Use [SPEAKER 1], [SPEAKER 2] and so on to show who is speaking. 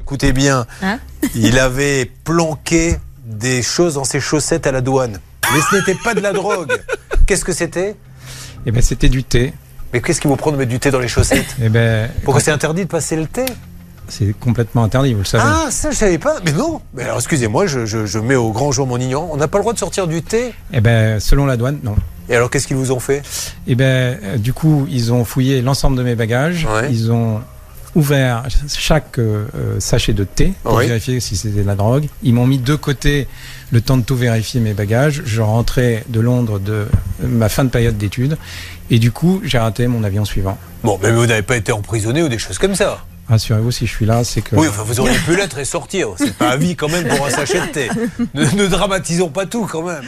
[SPEAKER 1] écoutez bien,
[SPEAKER 2] Hein
[SPEAKER 1] il avait planqué des choses dans ses chaussettes à la douane. Mais ce n'était pas de la drogue. Qu'est-ce que c'était
[SPEAKER 3] Et ben c'était du thé.
[SPEAKER 1] Mais qu'est-ce qui vous prend de mettre du thé dans les chaussettes
[SPEAKER 3] Et ben ah,
[SPEAKER 1] Pourquoi c'est interdit de passer le thé
[SPEAKER 3] c'est complètement interdit, vous le savez.
[SPEAKER 1] Ah, ça je savais pas. Mais non. Mais alors excusez-moi, je, je- je mets au grand jour mon ignorant. On n'a pas le droit de sortir du thé.
[SPEAKER 3] Et ben selon la douane, non.
[SPEAKER 1] Et alors qu'est-ce qu'ils vous ont fait
[SPEAKER 3] Et ben euh, du coup ils ont fouillé l'ensemble de mes bagages.
[SPEAKER 1] Ouais.
[SPEAKER 3] Ils ont ouvert chaque euh, euh, sachet de thé pour
[SPEAKER 1] Ouais.
[SPEAKER 3] vérifier si c'était de la drogue. Ils m'ont mis de côté le temps de tout vérifier mes bagages. Je rentrais de Londres de ma fin de période d'études et du coup j'ai raté mon avion suivant.
[SPEAKER 1] Bon, mais vous n'avez pas été emprisonné ou des choses comme ça.
[SPEAKER 3] Euh. Rassurez-vous si je suis là, c'est que
[SPEAKER 1] Oui, enfin, vous auriez pu l'être et sortir. C'est pas à vie quand même pour un sachet de thé. Ne, ne dramatisons pas tout quand même.